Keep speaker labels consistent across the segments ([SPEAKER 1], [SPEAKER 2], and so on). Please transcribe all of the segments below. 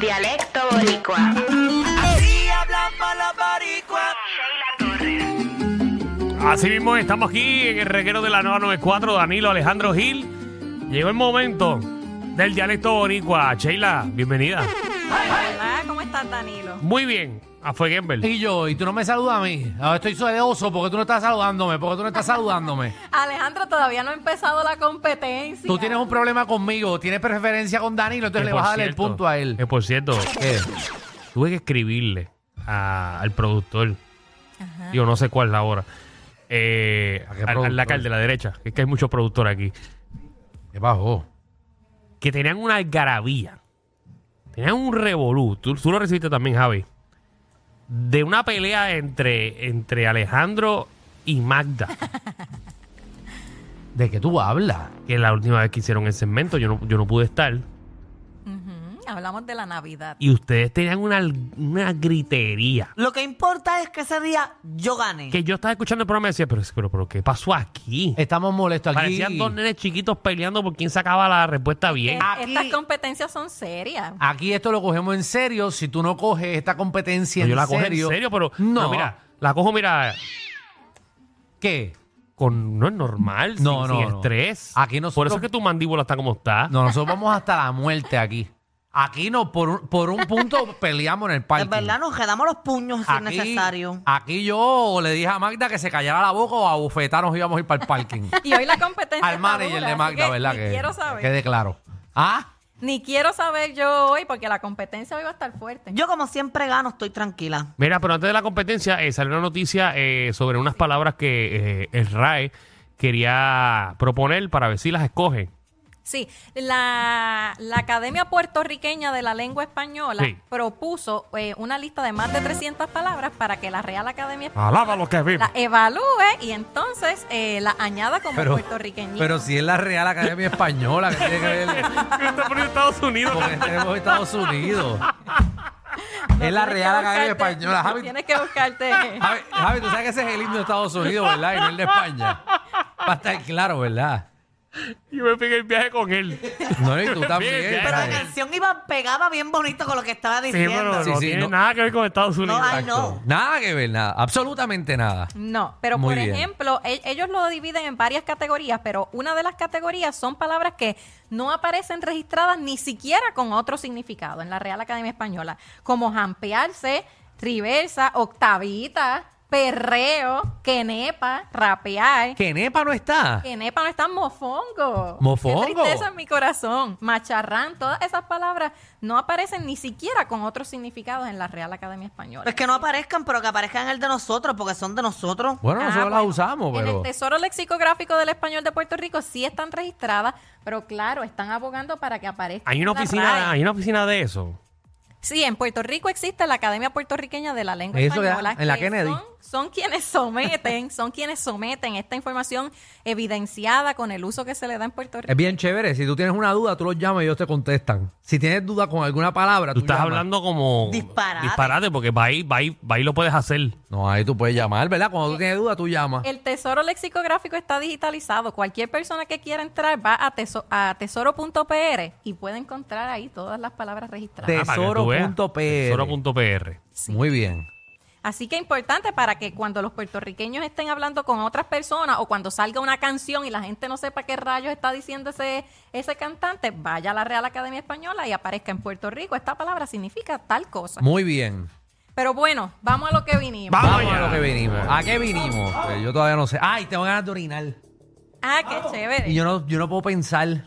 [SPEAKER 1] Dialecto boricua.
[SPEAKER 2] Así hablan más las baricuas.
[SPEAKER 3] Así mismo estamos aquí en el reguero de la 994, Danilo Alejandro Gil. Llegó el momento del dialecto boricua. Sheila, bienvenida.
[SPEAKER 4] Hola, ¿cómo estás, Danilo?
[SPEAKER 3] Muy bien, a fue Gamble.
[SPEAKER 5] Y yo, y tú no me saludas a mí. Ahora estoy celoso porque tú no estás saludándome, porque tú no estás saludándome.
[SPEAKER 4] Alejandro, todavía no ha empezado la competencia.
[SPEAKER 5] Tú tienes un problema conmigo, tienes preferencia con Danilo, entonces
[SPEAKER 3] Que
[SPEAKER 5] le
[SPEAKER 3] por
[SPEAKER 5] vas a dar el
[SPEAKER 3] cierto, eh,
[SPEAKER 5] punto a él.
[SPEAKER 3] que por cierto,
[SPEAKER 5] ¿Qué?
[SPEAKER 3] tuve que escribirle a- al productor. Yo no sé cuál la hora. Eh,
[SPEAKER 5] ¿A qué
[SPEAKER 3] al- al,
[SPEAKER 5] productor?
[SPEAKER 3] lacar de la derecha, que es que hay muchos productores aquí.
[SPEAKER 5] ¿Qué bajó?
[SPEAKER 3] Que tenían una algarabía. Tenían un revolú. Tú, tú lo recibiste también, Javi. De una pelea entre, entre Alejandro y Magda.
[SPEAKER 5] ¿De qué tú hablas?
[SPEAKER 3] que la última vez que hicieron el segmento yo no, yo no pude estar.
[SPEAKER 4] Ujú, Mm, Hablamos de la Navidad.
[SPEAKER 3] Y ustedes tenían una, una gritería.
[SPEAKER 2] Lo que importa es que ese día yo gané.
[SPEAKER 3] Que yo estaba escuchando el programa y decía, pero, pero, pero ¿qué pasó aquí?
[SPEAKER 5] Estamos molestos aquí.
[SPEAKER 3] Parecían dos nenes chiquitos peleando por quién sacaba la respuesta bien.
[SPEAKER 4] Eh,
[SPEAKER 5] Ah,
[SPEAKER 4] Estas competencias son serias.
[SPEAKER 5] Aquí esto lo cogemos en serio. Si tú no coges esta competencia
[SPEAKER 3] yo
[SPEAKER 5] en
[SPEAKER 3] la cojo
[SPEAKER 5] serio.
[SPEAKER 3] en serio, pero
[SPEAKER 5] No,
[SPEAKER 3] no, mira, la cojo, mira,
[SPEAKER 5] ¿Qué?
[SPEAKER 3] con no es normal, sin-
[SPEAKER 5] No,
[SPEAKER 3] sin,
[SPEAKER 5] no, no.
[SPEAKER 3] estrés.
[SPEAKER 5] Aquí
[SPEAKER 3] Por
[SPEAKER 5] nosotros-
[SPEAKER 3] eso es que tu mandíbula está como está.
[SPEAKER 5] No, nosotros vamos hasta la muerte aquí. Aquí no, por un, por un punto peleamos en el parque.
[SPEAKER 2] En verdad nos quedamos los puños si es necesario.
[SPEAKER 5] Aquí yo le dije a Magda que se callara la boca o a bofetar nos íbamos a ir para el parking.
[SPEAKER 4] Y hoy la competencia
[SPEAKER 5] Al
[SPEAKER 4] está
[SPEAKER 5] manager
[SPEAKER 4] dura,
[SPEAKER 5] de
[SPEAKER 4] así
[SPEAKER 5] Magda,
[SPEAKER 4] que
[SPEAKER 5] ¿verdad?
[SPEAKER 4] Ni
[SPEAKER 5] que
[SPEAKER 4] quiero saber.
[SPEAKER 5] Quede claro. Ah,
[SPEAKER 4] Ni quiero saber yo hoy porque la competencia hoy va a estar fuerte.
[SPEAKER 2] Yo como siempre gano, estoy tranquila.
[SPEAKER 3] Mira, pero antes de la competencia eh, salió una noticia eh, sobre unas palabras que eh, el RAE quería proponer para ver si las escogen.
[SPEAKER 4] Sí, la, la Academia Puertorriqueña de la Lengua Española
[SPEAKER 3] Sí.
[SPEAKER 4] propuso eh, una lista de más de 300 palabras para que la Real Academia
[SPEAKER 5] Ah,
[SPEAKER 4] Española
[SPEAKER 3] Alaba lo que vive.
[SPEAKER 4] la evalúe y entonces eh, la añada como puertorriqueña.
[SPEAKER 5] pero si es la Real Academia Española que tiene que ver
[SPEAKER 3] Yo estoy por Estados Unidos.
[SPEAKER 5] porque este tenemos Estados Unidos. es la Real Academia Española. Javi,
[SPEAKER 4] Tienes que buscarte.
[SPEAKER 5] Javi, Javi, tú sabes que ese es el himno de Estados Unidos, ¿verdad? Y no el de España. Para estar claro, ¿verdad?
[SPEAKER 3] Y me pegué el viaje con él.
[SPEAKER 5] No, y tú
[SPEAKER 3] Bien,
[SPEAKER 5] también.
[SPEAKER 2] Pero la
[SPEAKER 3] Ay.
[SPEAKER 2] canción iba pegaba bien bonito con lo que estaba
[SPEAKER 3] eh. Sí,
[SPEAKER 2] diciendo.
[SPEAKER 3] pero
[SPEAKER 5] Sí,
[SPEAKER 3] no
[SPEAKER 5] sí,
[SPEAKER 3] tiene
[SPEAKER 5] no.
[SPEAKER 3] nada que ver con Estados Unidos.
[SPEAKER 2] ay, no.
[SPEAKER 5] Nada que ver, nada. Absolutamente nada.
[SPEAKER 4] No, pero
[SPEAKER 5] Muy
[SPEAKER 4] por
[SPEAKER 5] bien.
[SPEAKER 4] ejemplo, e- ellos lo dividen en varias categorías, pero una de las categorías son palabras que no aparecen registradas ni siquiera con otro significado en la Real Academia Española, como jampearse, triversa, octavita, perreo, quenepa, rapear.
[SPEAKER 5] Que Nepa no está.
[SPEAKER 4] Quenepa no está mofongo.
[SPEAKER 5] Mofongo.
[SPEAKER 4] Qué tristeza en mi corazón. Macharrán, todas esas palabras no aparecen ni siquiera con otros significados en la Real Academia Española.
[SPEAKER 2] Es que no aparezcan, pero que aparezcan el de nosotros, porque son de nosotros.
[SPEAKER 5] Bueno,
[SPEAKER 4] Ah,
[SPEAKER 5] nosotros la
[SPEAKER 4] bueno.
[SPEAKER 5] usamos,
[SPEAKER 4] En
[SPEAKER 5] pero.
[SPEAKER 4] el Tesoro Lexicográfico del Español de Puerto Rico sí están registradas, pero claro, están abogando para que aparezca.
[SPEAKER 3] Hay una
[SPEAKER 4] la
[SPEAKER 3] oficina,
[SPEAKER 4] RAE.
[SPEAKER 3] hay una oficina de eso.
[SPEAKER 4] Sí, en Puerto Rico existe la Academia Puertorriqueña de la Lengua
[SPEAKER 5] Eso que-
[SPEAKER 4] Española.
[SPEAKER 5] en la
[SPEAKER 4] que
[SPEAKER 5] Kennedy.
[SPEAKER 4] Son, son quienes someten, son quienes someten esta información evidenciada con el uso que se le da en Puerto Rico.
[SPEAKER 5] Es bien chévere. Si tú tienes una duda, tú los llamas y ellos te contestan. Si tienes duda con alguna palabra,
[SPEAKER 3] Tú
[SPEAKER 5] tú,
[SPEAKER 3] estás
[SPEAKER 5] llamas.
[SPEAKER 3] hablando como
[SPEAKER 2] Disparate.
[SPEAKER 3] disparate porque va ahí, va ahí, va ahí lo puedes hacer. Ah,
[SPEAKER 5] No, ahí tú puedes llamar, ¿verdad? Cuando tú tienes duda, tú llamas.
[SPEAKER 4] El tesoro lexicográfico está digitalizado. Cualquier persona que quiera entrar va a, teso- a tesoro.pr y puede encontrar ahí todas las palabras registradas.
[SPEAKER 5] Te-
[SPEAKER 3] Ah, para que tú veas.
[SPEAKER 5] Tesoro.pr.
[SPEAKER 3] Tesoro.pr.
[SPEAKER 5] Muy bien.
[SPEAKER 4] Así que importante para que cuando los puertorriqueños estén hablando con otras personas o cuando salga una canción y la gente no sepa qué rayos está diciendo ese, ese cantante, vaya a la Real Academia Española y aparezca en Puerto Rico. Esta palabra significa tal cosa.
[SPEAKER 5] Muy bien.
[SPEAKER 4] Pero bueno, vamos a lo que vinimos.
[SPEAKER 3] Va-
[SPEAKER 5] Vamos
[SPEAKER 3] Vaya.
[SPEAKER 5] a lo que vinimos. ¿A qué vinimos? Eh, Yo todavía no sé. Ay, tengo ganas de orinar.
[SPEAKER 4] Ah, qué chévere.
[SPEAKER 5] Y yo no, yo no puedo pensar.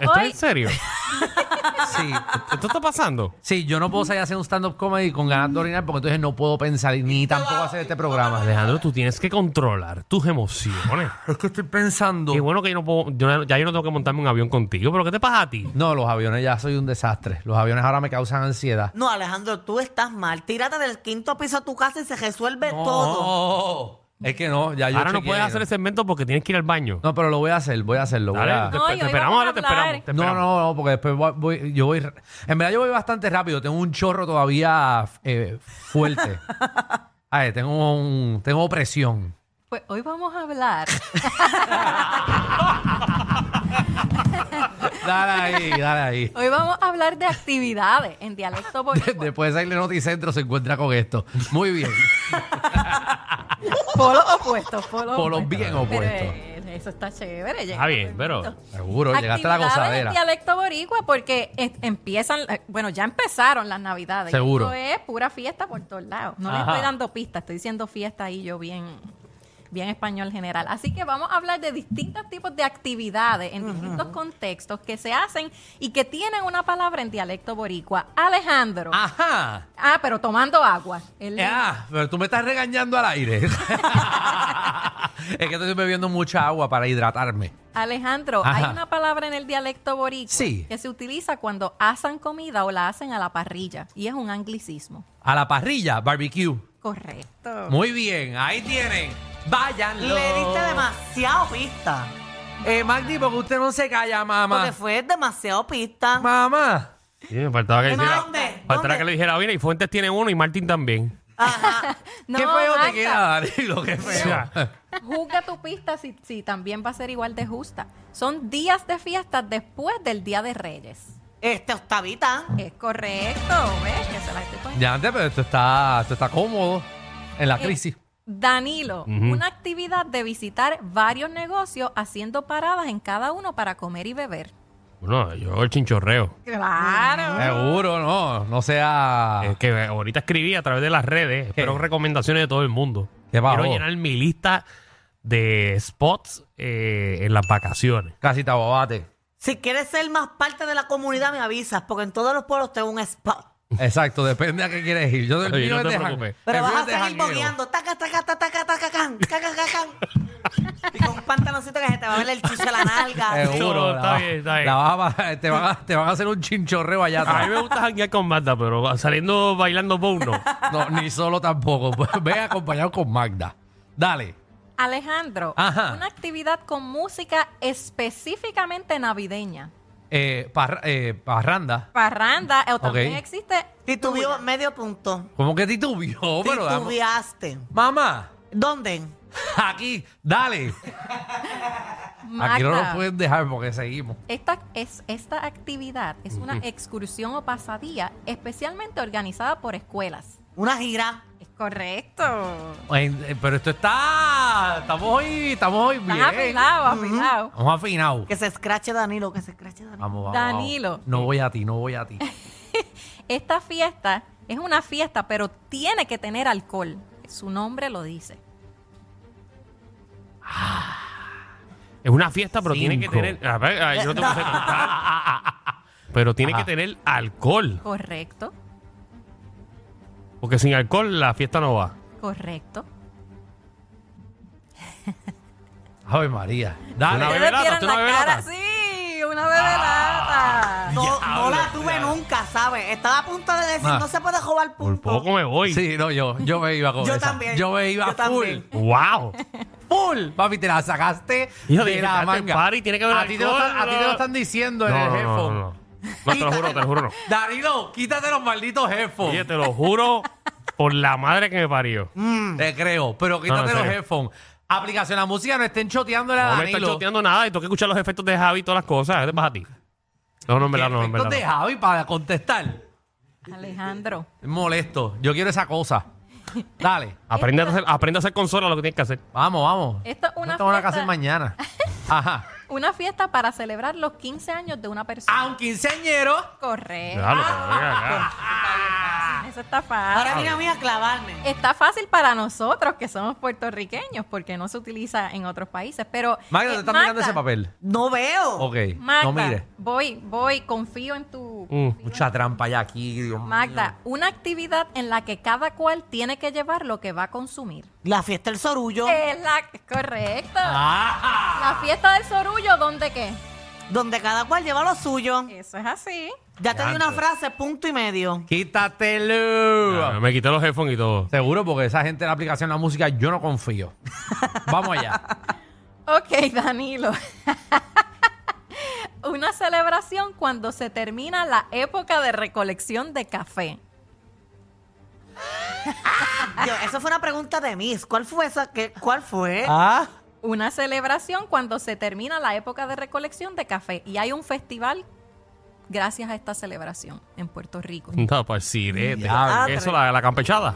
[SPEAKER 3] ¿Esto es
[SPEAKER 4] hoy,
[SPEAKER 3] en serio?
[SPEAKER 5] Sí.
[SPEAKER 3] ¿Esto está pasando?
[SPEAKER 5] Sí, yo no puedo salir a hacer un stand-up comedy con ganas de orinar porque entonces no puedo pensar y ni tampoco hacer este programa.
[SPEAKER 3] Alejandro, tú tienes que controlar tus emociones.
[SPEAKER 5] Es que estoy pensando.
[SPEAKER 3] Qué bueno que yo no puedo, yo no- ya yo no tengo que montarme un avión contigo, pero ¿qué te pasa a ti?
[SPEAKER 5] No, los aviones ya soy un desastre. Los aviones ahora me causan ansiedad.
[SPEAKER 2] No, Alejandro, tú estás mal. Tírate del quinto piso a tu casa y se resuelve todo.
[SPEAKER 5] No. Es que no, ya yo
[SPEAKER 3] Ahora no
[SPEAKER 5] chequeé,
[SPEAKER 3] puedes hacer el segmento porque tienes que ir al baño.
[SPEAKER 5] No, pero lo voy a hacer, voy a hacerlo. voy
[SPEAKER 3] Dale,
[SPEAKER 5] a-
[SPEAKER 3] te,
[SPEAKER 4] No,
[SPEAKER 3] te
[SPEAKER 4] y hoy
[SPEAKER 3] esperamos,
[SPEAKER 4] vamos a
[SPEAKER 3] ahora te esperamos.
[SPEAKER 4] hablar.
[SPEAKER 3] te
[SPEAKER 5] No,
[SPEAKER 3] esperamos.
[SPEAKER 5] no, no, porque después voy, voy- yo voy. En verdad, yo voy bastante rápido. Tengo un chorro todavía eh, fuerte. Ay, tengo, un, tengo presión.
[SPEAKER 4] pues hoy vamos a hablar
[SPEAKER 5] Dale ahí, dale ahí.
[SPEAKER 4] Hoy vamos a hablar de actividades en dialecto
[SPEAKER 5] De-
[SPEAKER 4] boricua.
[SPEAKER 5] Después de salir de Noticentro se encuentra con esto. Muy bien.
[SPEAKER 4] Polos opuestos, polos
[SPEAKER 5] Polos
[SPEAKER 4] opuestos.
[SPEAKER 5] bien
[SPEAKER 4] Pero,
[SPEAKER 5] opuestos.
[SPEAKER 4] eh, eso está chévere.
[SPEAKER 3] Está
[SPEAKER 4] llegamos
[SPEAKER 3] bien,
[SPEAKER 4] al
[SPEAKER 3] pero.
[SPEAKER 4] punto.
[SPEAKER 5] Seguro, llegaste a la
[SPEAKER 4] Actividades
[SPEAKER 5] gozadera.
[SPEAKER 4] en dialecto boricua porque es- empiezan, eh, bueno, ya empezaron las navidades.
[SPEAKER 5] Seguro.
[SPEAKER 4] Esto es pura fiesta por todos lados. No
[SPEAKER 3] Ajá.
[SPEAKER 4] le estoy dando pistas, estoy diciendo fiesta ahí yo bien, bien español general. Así que vamos a hablar de distintos tipos de actividades en distintos contextos que se hacen y que tienen una palabra en dialecto boricua. Alejandro. Ah,
[SPEAKER 5] Ajá.
[SPEAKER 4] pero tomando agua. El-
[SPEAKER 5] Ah, pero tú me estás regañando al aire. es que estoy bebiendo mucha agua para hidratarme.
[SPEAKER 4] Alejandro,
[SPEAKER 5] Ajá.
[SPEAKER 4] hay una palabra en el dialecto boricua
[SPEAKER 5] Sí.
[SPEAKER 4] que se utiliza cuando asan comida o la hacen a la parrilla y es un anglicismo.
[SPEAKER 5] A la parrilla, barbecue.
[SPEAKER 4] Correcto.
[SPEAKER 5] Muy bien, ahí tienen. Vayan.
[SPEAKER 2] Le diste demasiado pista.
[SPEAKER 5] Eh, Magdi, porque usted no se calla,
[SPEAKER 2] Porque
[SPEAKER 5] mamá.
[SPEAKER 2] fue demasiado pista.
[SPEAKER 5] Mamá.
[SPEAKER 3] Sí, me faltaba que,
[SPEAKER 2] ¿Dónde?
[SPEAKER 3] dijera,
[SPEAKER 2] ¿Dónde?
[SPEAKER 3] faltaba que le dijera, mira, y Fuentes tiene uno y Martín también.
[SPEAKER 2] Ajá.
[SPEAKER 4] No,
[SPEAKER 5] qué feo
[SPEAKER 4] Magda,
[SPEAKER 5] te queda, Danilo, qué
[SPEAKER 3] O
[SPEAKER 5] feo.
[SPEAKER 3] sea,
[SPEAKER 4] Juzga tu pista si, si también va a ser igual de justa. Son días de fiesta después del Día de Reyes.
[SPEAKER 2] Este octavita.
[SPEAKER 4] Es correcto, ¿ves? Que se la estoy poniendo.
[SPEAKER 5] Ya antes, pero esto está, esto está cómodo en la
[SPEAKER 4] Eh,
[SPEAKER 5] crisis.
[SPEAKER 4] Danilo,
[SPEAKER 3] Ujú.
[SPEAKER 4] una actividad de visitar varios negocios haciendo paradas en cada uno para comer y beber.
[SPEAKER 3] bueno, yo el chinchorreo.
[SPEAKER 4] Claro.
[SPEAKER 2] Ah.
[SPEAKER 5] Seguro, no, no sea...
[SPEAKER 3] Es que ahorita escribí a través de las redes, espero recomendaciones de todo el mundo.
[SPEAKER 5] ¿Qué bajó?
[SPEAKER 3] Quiero llenar mi lista de spots eh, en las vacaciones.
[SPEAKER 5] Casi tababate.
[SPEAKER 2] Si quieres ser más parte de la comunidad, me avisas, porque en todos los pueblos tengo un spot.
[SPEAKER 5] Exacto, depende a qué quieres ir. Yo del
[SPEAKER 3] Oye,
[SPEAKER 5] mío
[SPEAKER 3] no
[SPEAKER 5] es
[SPEAKER 3] te
[SPEAKER 5] de
[SPEAKER 3] preocupes.
[SPEAKER 5] jan-
[SPEAKER 2] Pero
[SPEAKER 5] el mío
[SPEAKER 2] vas
[SPEAKER 5] es de
[SPEAKER 2] a seguir
[SPEAKER 5] jangueo.
[SPEAKER 2] bogueando. Taca, taca, taca, taca, taca, can, caca, cacan. Y con un pantaloncito que se te va a ver el chicho de la nalga.
[SPEAKER 5] Seguro.
[SPEAKER 3] No,
[SPEAKER 5] la
[SPEAKER 3] está
[SPEAKER 5] va-
[SPEAKER 3] bien, está bien.
[SPEAKER 5] la vas a- te, van a, te van a hacer un chinchorreo allá
[SPEAKER 3] A
[SPEAKER 5] atrás.
[SPEAKER 3] mí me gusta janguear con Magda, pero saliendo bailando bono.
[SPEAKER 5] No, ni solo tampoco. Pues Ve acompañado con Magda. Dale.
[SPEAKER 4] Alejandro,
[SPEAKER 5] Ajá.
[SPEAKER 4] una actividad con música específicamente navideña.
[SPEAKER 5] Eh, parra- eh, parranda.
[SPEAKER 4] Parranda, eh, o también
[SPEAKER 5] Ok.
[SPEAKER 4] existe
[SPEAKER 2] Titubió medio punto.
[SPEAKER 5] ¿Cómo que titubió? Oh, Pero damos-
[SPEAKER 2] Titubiaste.
[SPEAKER 5] Mamá,
[SPEAKER 2] ¿Dónde?
[SPEAKER 5] aquí, dale. Aquí no
[SPEAKER 4] Magda.
[SPEAKER 5] nos pueden dejar porque seguimos.
[SPEAKER 4] Esta, es, esta actividad es una excursión o pasadía especialmente organizada por escuelas.
[SPEAKER 2] Una gira.
[SPEAKER 4] Es correcto.
[SPEAKER 5] En- eh, Pero esto está. Estamos hoy, estamos hoy bien.
[SPEAKER 4] Estás afilado, afilado.
[SPEAKER 5] Vamos afinados.
[SPEAKER 2] Que se escrache Danilo, que se escrache Danilo.
[SPEAKER 5] Vamos, vamos.
[SPEAKER 4] Danilo.
[SPEAKER 5] vamos. No voy a ti, no voy a ti.
[SPEAKER 4] Esta fiesta es una fiesta, pero tiene que tener alcohol. Su nombre lo dice.
[SPEAKER 3] Es una fiesta, pero tiene que
[SPEAKER 5] Cinco.
[SPEAKER 3] tener. a ver, ay, yo no te puse contar. pero tiene
[SPEAKER 5] Ajá.
[SPEAKER 3] que tener alcohol.
[SPEAKER 4] Correcto,
[SPEAKER 3] Porque sin alcohol la fiesta no va.
[SPEAKER 4] correcto.
[SPEAKER 5] Ave María. Dale.
[SPEAKER 3] Una
[SPEAKER 4] Ustedes
[SPEAKER 3] bebelata,
[SPEAKER 4] vieron
[SPEAKER 3] ¿tú
[SPEAKER 4] la
[SPEAKER 3] una bebelata?
[SPEAKER 4] cara, sí, una
[SPEAKER 5] Ah.
[SPEAKER 4] bebelata.
[SPEAKER 2] No, no la
[SPEAKER 5] Diablo,
[SPEAKER 2] tuve
[SPEAKER 5] diablo.
[SPEAKER 2] nunca, ¿sabes? Estaba a punto de decir,
[SPEAKER 5] Ah.
[SPEAKER 2] no se puede jugar
[SPEAKER 3] Por
[SPEAKER 2] punto.
[SPEAKER 3] poco me voy.
[SPEAKER 5] Sí, no, yo, yo me iba con
[SPEAKER 2] Yo
[SPEAKER 5] esa.
[SPEAKER 2] también.
[SPEAKER 5] Yo me iba
[SPEAKER 2] Yo
[SPEAKER 5] full.
[SPEAKER 2] también.
[SPEAKER 3] ¡Wow!
[SPEAKER 5] Full. Papi, te la sacaste
[SPEAKER 3] Hijo,
[SPEAKER 5] de
[SPEAKER 3] dije,
[SPEAKER 5] la
[SPEAKER 3] "Date
[SPEAKER 5] manga.
[SPEAKER 3] party, tiene que haber
[SPEAKER 5] a, ti te lo
[SPEAKER 3] alcohol,
[SPEAKER 5] están, a ti te
[SPEAKER 3] no".
[SPEAKER 5] lo están diciendo en
[SPEAKER 3] No,
[SPEAKER 5] el
[SPEAKER 3] no, no,
[SPEAKER 5] headphone.
[SPEAKER 3] no, no. No, te lo juro, te lo juro. no.
[SPEAKER 5] Danilo, quítate los malditos headphones.
[SPEAKER 3] Oye, te lo juro por la madre que me parió.
[SPEAKER 5] Te creo,
[SPEAKER 3] No,
[SPEAKER 5] pero
[SPEAKER 3] no,
[SPEAKER 5] quítate
[SPEAKER 3] en
[SPEAKER 5] los
[SPEAKER 3] serio.
[SPEAKER 5] headphones. Aplicación la música, no estén choteándole a
[SPEAKER 3] No me
[SPEAKER 5] Danilo.
[SPEAKER 3] está choteando nada y tengo que escuchar los efectos de Javi y todas las cosas. ¿Qué a ti? No, no, en verdad, no, en verdad.
[SPEAKER 5] Efectos de
[SPEAKER 3] no.
[SPEAKER 5] Javi para contestar.
[SPEAKER 4] Alejandro.
[SPEAKER 5] Es molesto. Yo quiero esa cosa. Dale.
[SPEAKER 3] Aprende a, hacer, aprende a hacer consola lo que tienes que hacer.
[SPEAKER 5] Vamos, vamos.
[SPEAKER 4] Esto es una
[SPEAKER 5] Esto van a
[SPEAKER 4] fiesta-
[SPEAKER 5] hacer mañana. Ajá.
[SPEAKER 4] Una fiesta para celebrar los 15 años de una persona.
[SPEAKER 5] A un quinceañero.
[SPEAKER 4] Correcto.
[SPEAKER 3] Claro, pero ven
[SPEAKER 5] Ah.
[SPEAKER 3] acá.
[SPEAKER 4] Eso está fácil.
[SPEAKER 2] Ahora viene a mí a clavarme.
[SPEAKER 4] Está fácil para nosotros que somos puertorriqueños porque no se utiliza en otros países, pero
[SPEAKER 5] Magda,
[SPEAKER 4] eh,
[SPEAKER 5] te estás mirando ese papel.
[SPEAKER 2] No veo.
[SPEAKER 5] Ok.
[SPEAKER 4] Magda,
[SPEAKER 5] No mires.
[SPEAKER 4] voy, voy, confío en tu
[SPEAKER 3] Mm.
[SPEAKER 5] Mucha trampa ya aquí, Dios mío.
[SPEAKER 4] Magda, una actividad en la que cada cual tiene que llevar lo que va a consumir.
[SPEAKER 2] La fiesta del sorullo,
[SPEAKER 4] Es la correcto.
[SPEAKER 5] Ah.
[SPEAKER 4] La fiesta del sorullo, ¿dónde qué?
[SPEAKER 2] donde cada cual lleva lo suyo.
[SPEAKER 4] Eso es así.
[SPEAKER 2] Ya te di una
[SPEAKER 3] Diantre.
[SPEAKER 2] frase, punto y medio.
[SPEAKER 5] Quítatelo.
[SPEAKER 3] Ya, Me quité los headphones y todo.
[SPEAKER 5] Seguro, porque esa gente de la aplicación de la música yo no confío. Vamos allá.
[SPEAKER 4] Ok, Danilo. una celebración cuando se termina la época de recolección de café.
[SPEAKER 2] Yo, eso fue una pregunta de Miss. ¿Cuál fue esa? ¿Qué, ¿Cuál fue?
[SPEAKER 5] Ah,
[SPEAKER 4] una celebración cuando se termina la época de recolección de café y hay un festival gracias a esta celebración en Puerto Rico.
[SPEAKER 3] No, pues sirete.
[SPEAKER 5] Diablo.
[SPEAKER 3] Eso, la, la campechada.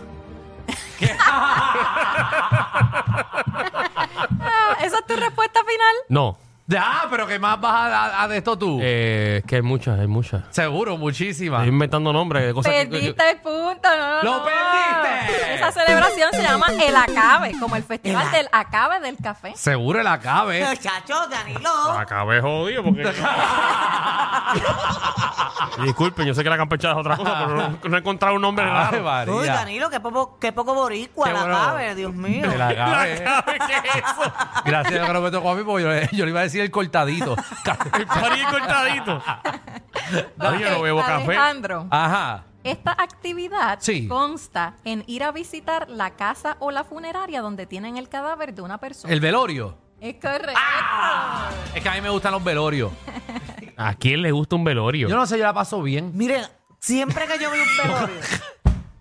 [SPEAKER 4] Ah, ¿Esa es tu respuesta final?
[SPEAKER 3] No.
[SPEAKER 5] Ah, pero que más vas a, a- a de esto tú.
[SPEAKER 3] Eh, es que hay muchas, hay muchas.
[SPEAKER 5] Seguro, muchísimas.
[SPEAKER 3] Estoy inventando nombres de cosas que- que,
[SPEAKER 4] Perdiste el punto. No, no,
[SPEAKER 5] ¡Lo
[SPEAKER 4] no.
[SPEAKER 5] perdiste!
[SPEAKER 4] Esa celebración se llama El Acabe, como el festival
[SPEAKER 2] El a-
[SPEAKER 4] del Acabe del Café.
[SPEAKER 5] Seguro la cabe.
[SPEAKER 2] Muchachos, Danilo.
[SPEAKER 3] Acabé jodido porque. Disculpen, yo sé que la campechada es otra cosa, pero no, no he encontrado un nombre
[SPEAKER 5] Ay,
[SPEAKER 3] raro.
[SPEAKER 5] María.
[SPEAKER 2] Uy, Danilo, qué poco, qué poco boricua
[SPEAKER 5] Qué
[SPEAKER 2] la
[SPEAKER 5] bueno.
[SPEAKER 2] cabe, Dios mío.
[SPEAKER 5] Que la cabe.
[SPEAKER 3] ¿Qué es eso?
[SPEAKER 5] Gracias a Dios que no me tocó a mí porque yo, le- yo le iba a decir el cortadito.
[SPEAKER 3] El parí cortadito. Oye, yo no
[SPEAKER 4] Ok,
[SPEAKER 3] bebo café.
[SPEAKER 4] Alejandro,
[SPEAKER 5] Ajá.
[SPEAKER 4] esta actividad
[SPEAKER 5] Sí.
[SPEAKER 4] consta en ir a visitar la casa o la funeraria donde tienen el cadáver de una persona.
[SPEAKER 5] El velorio.
[SPEAKER 4] Es correcto.
[SPEAKER 5] Es que a mí me gustan los velorios.
[SPEAKER 3] ¿A quién le gusta un velorio?
[SPEAKER 5] Yo no sé, yo la paso bien.
[SPEAKER 2] Miren, siempre que yo voy a un velorio,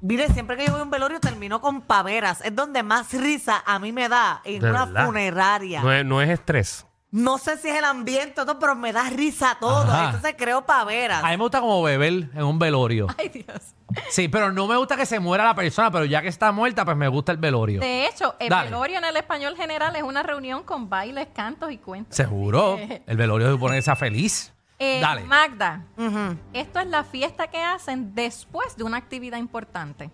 [SPEAKER 2] miren, siempre que yo voy a un velorio termino con paveras. Es donde más risa a mí me da en
[SPEAKER 3] De
[SPEAKER 2] una
[SPEAKER 3] verdad.
[SPEAKER 2] funeraria.
[SPEAKER 3] No es, no es estrés.
[SPEAKER 2] No sé si es el ambiente o todo, pero me da risa todo.
[SPEAKER 5] Ajá.
[SPEAKER 2] Entonces creo paveras.
[SPEAKER 5] A mí me gusta como beber en un velorio.
[SPEAKER 4] Ay, Dios.
[SPEAKER 5] Sí, pero no me gusta que se muera la persona, pero ya que está muerta, pues me gusta el velorio.
[SPEAKER 4] De hecho, el
[SPEAKER 5] Dale.
[SPEAKER 4] velorio en el español general es una reunión con bailes, cantos y cuentos.
[SPEAKER 5] Seguro. El velorio supone que sea feliz.
[SPEAKER 4] Eh,
[SPEAKER 5] Dale.
[SPEAKER 4] Magda,
[SPEAKER 2] Ujú.
[SPEAKER 4] esto es la fiesta que hacen después de una actividad importante.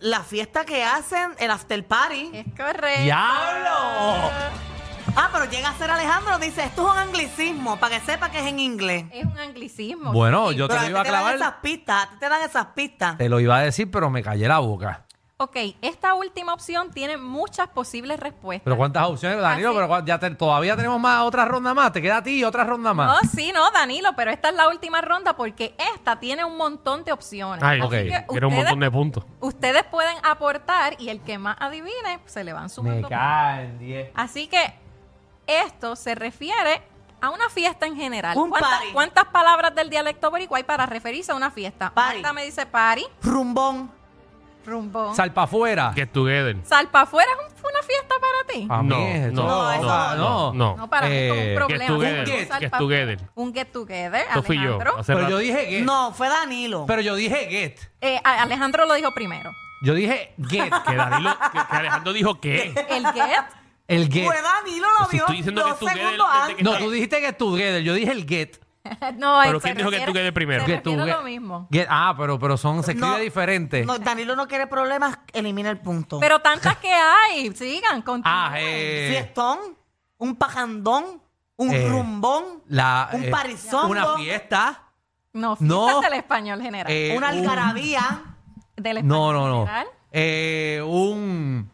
[SPEAKER 2] La fiesta que hacen, el after party.
[SPEAKER 4] Es correcto.
[SPEAKER 5] ¡Diablo!
[SPEAKER 2] Ah, pero llega a ser Alejandro, dice, esto es un anglicismo, para que sepa que es en inglés.
[SPEAKER 4] Es un anglicismo.
[SPEAKER 5] Bueno,
[SPEAKER 4] Sí.
[SPEAKER 5] yo te
[SPEAKER 2] Pero
[SPEAKER 5] lo
[SPEAKER 2] ti
[SPEAKER 5] iba a
[SPEAKER 2] dan
[SPEAKER 5] clavar. Eh.
[SPEAKER 2] esas pistas, a ti te dan esas pistas.
[SPEAKER 5] Te lo iba a decir, pero me callé la boca.
[SPEAKER 4] Ok, esta última opción tiene muchas posibles respuestas.
[SPEAKER 5] Pero cuántas opciones, Danilo,
[SPEAKER 2] Ah,
[SPEAKER 4] Así-
[SPEAKER 5] pero cua- ya te- todavía tenemos más otra ronda más. Te queda a ti y otra ronda
[SPEAKER 4] No,
[SPEAKER 3] Ah.
[SPEAKER 5] más.
[SPEAKER 4] Oh, sí, no, Danilo, pero esta es la última ronda porque esta tiene un montón de opciones.
[SPEAKER 3] Ay,
[SPEAKER 4] Así
[SPEAKER 5] ok.
[SPEAKER 4] que
[SPEAKER 3] Era Ah, un montón de puntos.
[SPEAKER 4] ustedes pueden aportar y el que más adivine se le van
[SPEAKER 5] me
[SPEAKER 4] sumando.
[SPEAKER 5] caen 10.
[SPEAKER 4] Así que esto se refiere a una fiesta en general.
[SPEAKER 2] Un
[SPEAKER 4] ¿Cuántas,
[SPEAKER 2] party.
[SPEAKER 4] cuántas palabras del dialecto boricua hay para referirse a una fiesta?
[SPEAKER 2] Party.
[SPEAKER 4] Marta me dice party,
[SPEAKER 2] Rumbón.
[SPEAKER 4] rumbón.
[SPEAKER 5] Salpa afuera.
[SPEAKER 3] Get together.
[SPEAKER 4] Salpa afuera es un- una fiesta para ti.
[SPEAKER 5] Pa' mí
[SPEAKER 3] No,
[SPEAKER 5] es-
[SPEAKER 3] no,
[SPEAKER 2] no,
[SPEAKER 5] Ah, eso-
[SPEAKER 2] no,
[SPEAKER 3] no, Ah, no.
[SPEAKER 4] No, para mí es como
[SPEAKER 5] Eh,
[SPEAKER 4] un
[SPEAKER 3] Get
[SPEAKER 4] problema.
[SPEAKER 3] together.
[SPEAKER 4] Un
[SPEAKER 5] get-
[SPEAKER 3] Get
[SPEAKER 4] salpa-
[SPEAKER 3] together.
[SPEAKER 4] Un get together,
[SPEAKER 3] Esto fui yo.
[SPEAKER 4] Alejandro.
[SPEAKER 3] hace
[SPEAKER 5] Pero
[SPEAKER 3] rato.
[SPEAKER 5] yo dije get.
[SPEAKER 2] No, fue Danilo.
[SPEAKER 5] Pero yo dije get.
[SPEAKER 4] Eh, a- Alejandro lo dijo primero.
[SPEAKER 5] Yo dije get.
[SPEAKER 3] Que Danilo, que, que Alejandro dijo que.
[SPEAKER 4] El get,
[SPEAKER 5] El get.
[SPEAKER 2] fue Danilo, lo
[SPEAKER 3] Si
[SPEAKER 2] vio
[SPEAKER 3] estoy diciendo que
[SPEAKER 2] dos
[SPEAKER 3] tú quedes
[SPEAKER 2] segundos
[SPEAKER 3] desde que
[SPEAKER 2] antes.
[SPEAKER 5] No, tú dijiste get together. Yo dije el get.
[SPEAKER 4] no,
[SPEAKER 3] Pero
[SPEAKER 4] eh, se
[SPEAKER 3] ¿quién dijo que
[SPEAKER 4] refiere-
[SPEAKER 3] together primero?
[SPEAKER 4] Se
[SPEAKER 5] Get
[SPEAKER 4] refiere a
[SPEAKER 5] together.
[SPEAKER 4] lo mismo.
[SPEAKER 5] Get- Ah, pero, pero son, se escribe
[SPEAKER 2] No,
[SPEAKER 5] diferente.
[SPEAKER 2] No, Danilo no quiere problemas, elimina el punto.
[SPEAKER 4] Pero tantas que hay, sigan, continúen.
[SPEAKER 5] ah, eh.
[SPEAKER 2] Fiestón, un pajandón, un
[SPEAKER 5] Eh,
[SPEAKER 2] rumbón,
[SPEAKER 5] La,
[SPEAKER 2] un
[SPEAKER 5] eh,
[SPEAKER 2] parizongo,
[SPEAKER 5] Una fiesta.
[SPEAKER 4] No,
[SPEAKER 5] No.
[SPEAKER 4] fiestas del español general.
[SPEAKER 5] eh,
[SPEAKER 2] una
[SPEAKER 5] un-
[SPEAKER 2] algarabía.
[SPEAKER 4] del español
[SPEAKER 5] No, no, no.
[SPEAKER 4] general.
[SPEAKER 5] Eh, un.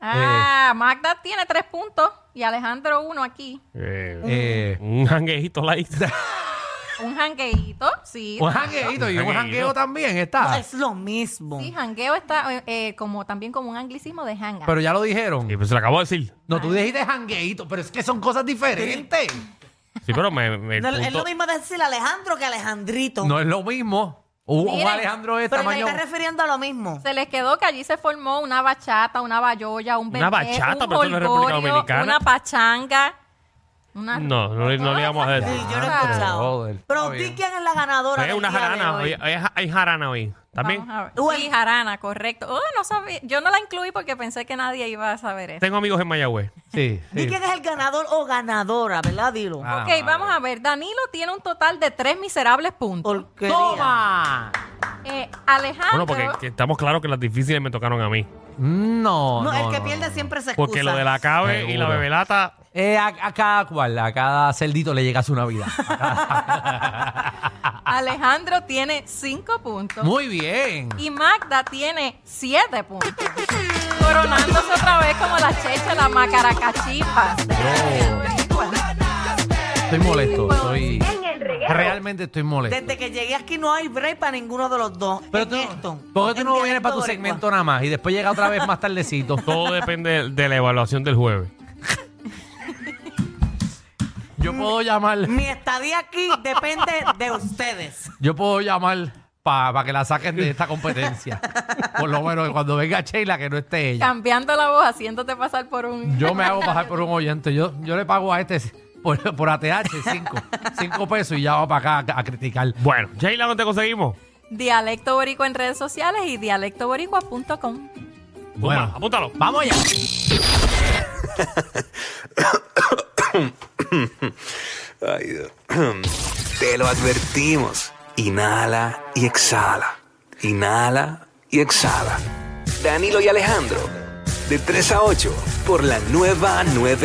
[SPEAKER 4] Ah, Magda tiene tres puntos y Alejandro uno aquí.
[SPEAKER 3] Eh,
[SPEAKER 5] Eh,
[SPEAKER 3] un jangueito light.
[SPEAKER 4] Un jangueíto, sí.
[SPEAKER 5] un jangueito y un
[SPEAKER 3] Jangueíto.
[SPEAKER 5] jangueo también
[SPEAKER 2] No,
[SPEAKER 5] está.
[SPEAKER 2] es lo mismo.
[SPEAKER 4] Sí, jangueo está eh, eh, como también como un anglicismo de hanga.
[SPEAKER 5] Pero ya lo dijeron.
[SPEAKER 3] Y pues se lo acabo de decir.
[SPEAKER 5] No, tú dijiste jangueito, pero es que son cosas diferentes.
[SPEAKER 3] Sí, pero me. me el
[SPEAKER 2] No, Es
[SPEAKER 3] punto-
[SPEAKER 2] lo mismo decir Alejandro que Alejandrito.
[SPEAKER 5] No es lo mismo. Un, un
[SPEAKER 4] Miren,
[SPEAKER 5] Alejandro es
[SPEAKER 2] pero te
[SPEAKER 5] tamaño.
[SPEAKER 2] estás refiriendo a lo mismo.
[SPEAKER 4] Se les quedó que allí se formó una bachata, una bayolla, un
[SPEAKER 3] Una
[SPEAKER 4] berré,
[SPEAKER 3] bachata,
[SPEAKER 4] un
[SPEAKER 3] pero esto no es República
[SPEAKER 4] jolgorio,
[SPEAKER 3] Dominicana.
[SPEAKER 4] una pachanga. Una...
[SPEAKER 3] No, no, le- no le íbamos a
[SPEAKER 2] Sí,
[SPEAKER 3] decir.
[SPEAKER 2] yo no he
[SPEAKER 4] Ah,
[SPEAKER 2] escuchado.
[SPEAKER 5] brother,
[SPEAKER 2] pero
[SPEAKER 5] está
[SPEAKER 2] di
[SPEAKER 5] bien.
[SPEAKER 2] quién es la ganadora.
[SPEAKER 3] Hay
[SPEAKER 2] del
[SPEAKER 3] una
[SPEAKER 2] día de
[SPEAKER 3] jarana
[SPEAKER 2] hoy.
[SPEAKER 3] hoy. Hay, hay jarana hoy. También
[SPEAKER 4] Vamos a ver.
[SPEAKER 2] Uy.
[SPEAKER 4] Sí, jarana, correcto. Oh, no sabía. Yo no la incluí porque pensé que nadie iba a saber eso.
[SPEAKER 3] tengo amigos en Mayagüez.
[SPEAKER 5] Sí,
[SPEAKER 2] Di
[SPEAKER 5] sí.
[SPEAKER 2] quién es el ganador o ganadora, ¿verdad? Dilo.
[SPEAKER 5] Ah,
[SPEAKER 4] ok,
[SPEAKER 5] madre.
[SPEAKER 4] vamos a ver. Danilo tiene un total de tres miserables puntos.
[SPEAKER 2] Porquería.
[SPEAKER 5] ¡Toma!
[SPEAKER 4] Eh,
[SPEAKER 2] Ah,
[SPEAKER 4] Alejandro.
[SPEAKER 3] Bueno, porque que estamos claros que las difíciles me tocaron a mí.
[SPEAKER 5] No, no.
[SPEAKER 2] No, el que
[SPEAKER 5] no.
[SPEAKER 2] pierde siempre se excusa.
[SPEAKER 3] Porque lo de la cabe y la
[SPEAKER 5] Seguro.
[SPEAKER 3] bebelata.
[SPEAKER 5] Eh, a, a cada cual, a cada celdito le llega su Navidad.
[SPEAKER 4] Alejandro tiene cinco puntos.
[SPEAKER 5] Muy bien.
[SPEAKER 4] Y Magda tiene siete puntos. Coronándose otra vez como la checha, la macaracachipa.
[SPEAKER 5] Estoy molesto. Estoy... Realmente estoy molesto.
[SPEAKER 2] Desde que llegué aquí no hay break para ninguno de los dos.
[SPEAKER 5] Pero
[SPEAKER 2] En
[SPEAKER 5] tú,
[SPEAKER 2] esto,
[SPEAKER 5] ¿Por qué tú
[SPEAKER 2] en
[SPEAKER 5] no vienes para tu
[SPEAKER 2] dialecto
[SPEAKER 5] segmento nada más y después llega otra vez más tardecito?
[SPEAKER 3] Todo depende de la evaluación del jueves.
[SPEAKER 5] Yo puedo llamar,
[SPEAKER 2] Mm. boricua. Mi estadía aquí depende de ustedes.
[SPEAKER 5] yo puedo llamar para que la saquen de esta competencia. Por lo menos cuando venga Sheila, que no esté ella.
[SPEAKER 4] Cambiando la voz, haciéndote pasar por un...
[SPEAKER 5] Yo me hago pasar por un oyente. Yo, yo le pago a este por, por ATH 5 cinco pesos y ya va para acá a, a criticar.
[SPEAKER 3] Bueno, Sheila, ¿dónde te conseguimos?
[SPEAKER 4] Dialecto Boricua en redes sociales y dialectoboricua.com.
[SPEAKER 5] Bueno.
[SPEAKER 3] Bueno, apúntalo.
[SPEAKER 5] Vamos allá.
[SPEAKER 1] Ay, Dios. Te lo advertimos. Inhala y exhala. Inhala y exhala. Danilo y Alejandro, de 3 a 8, por la nueva 9.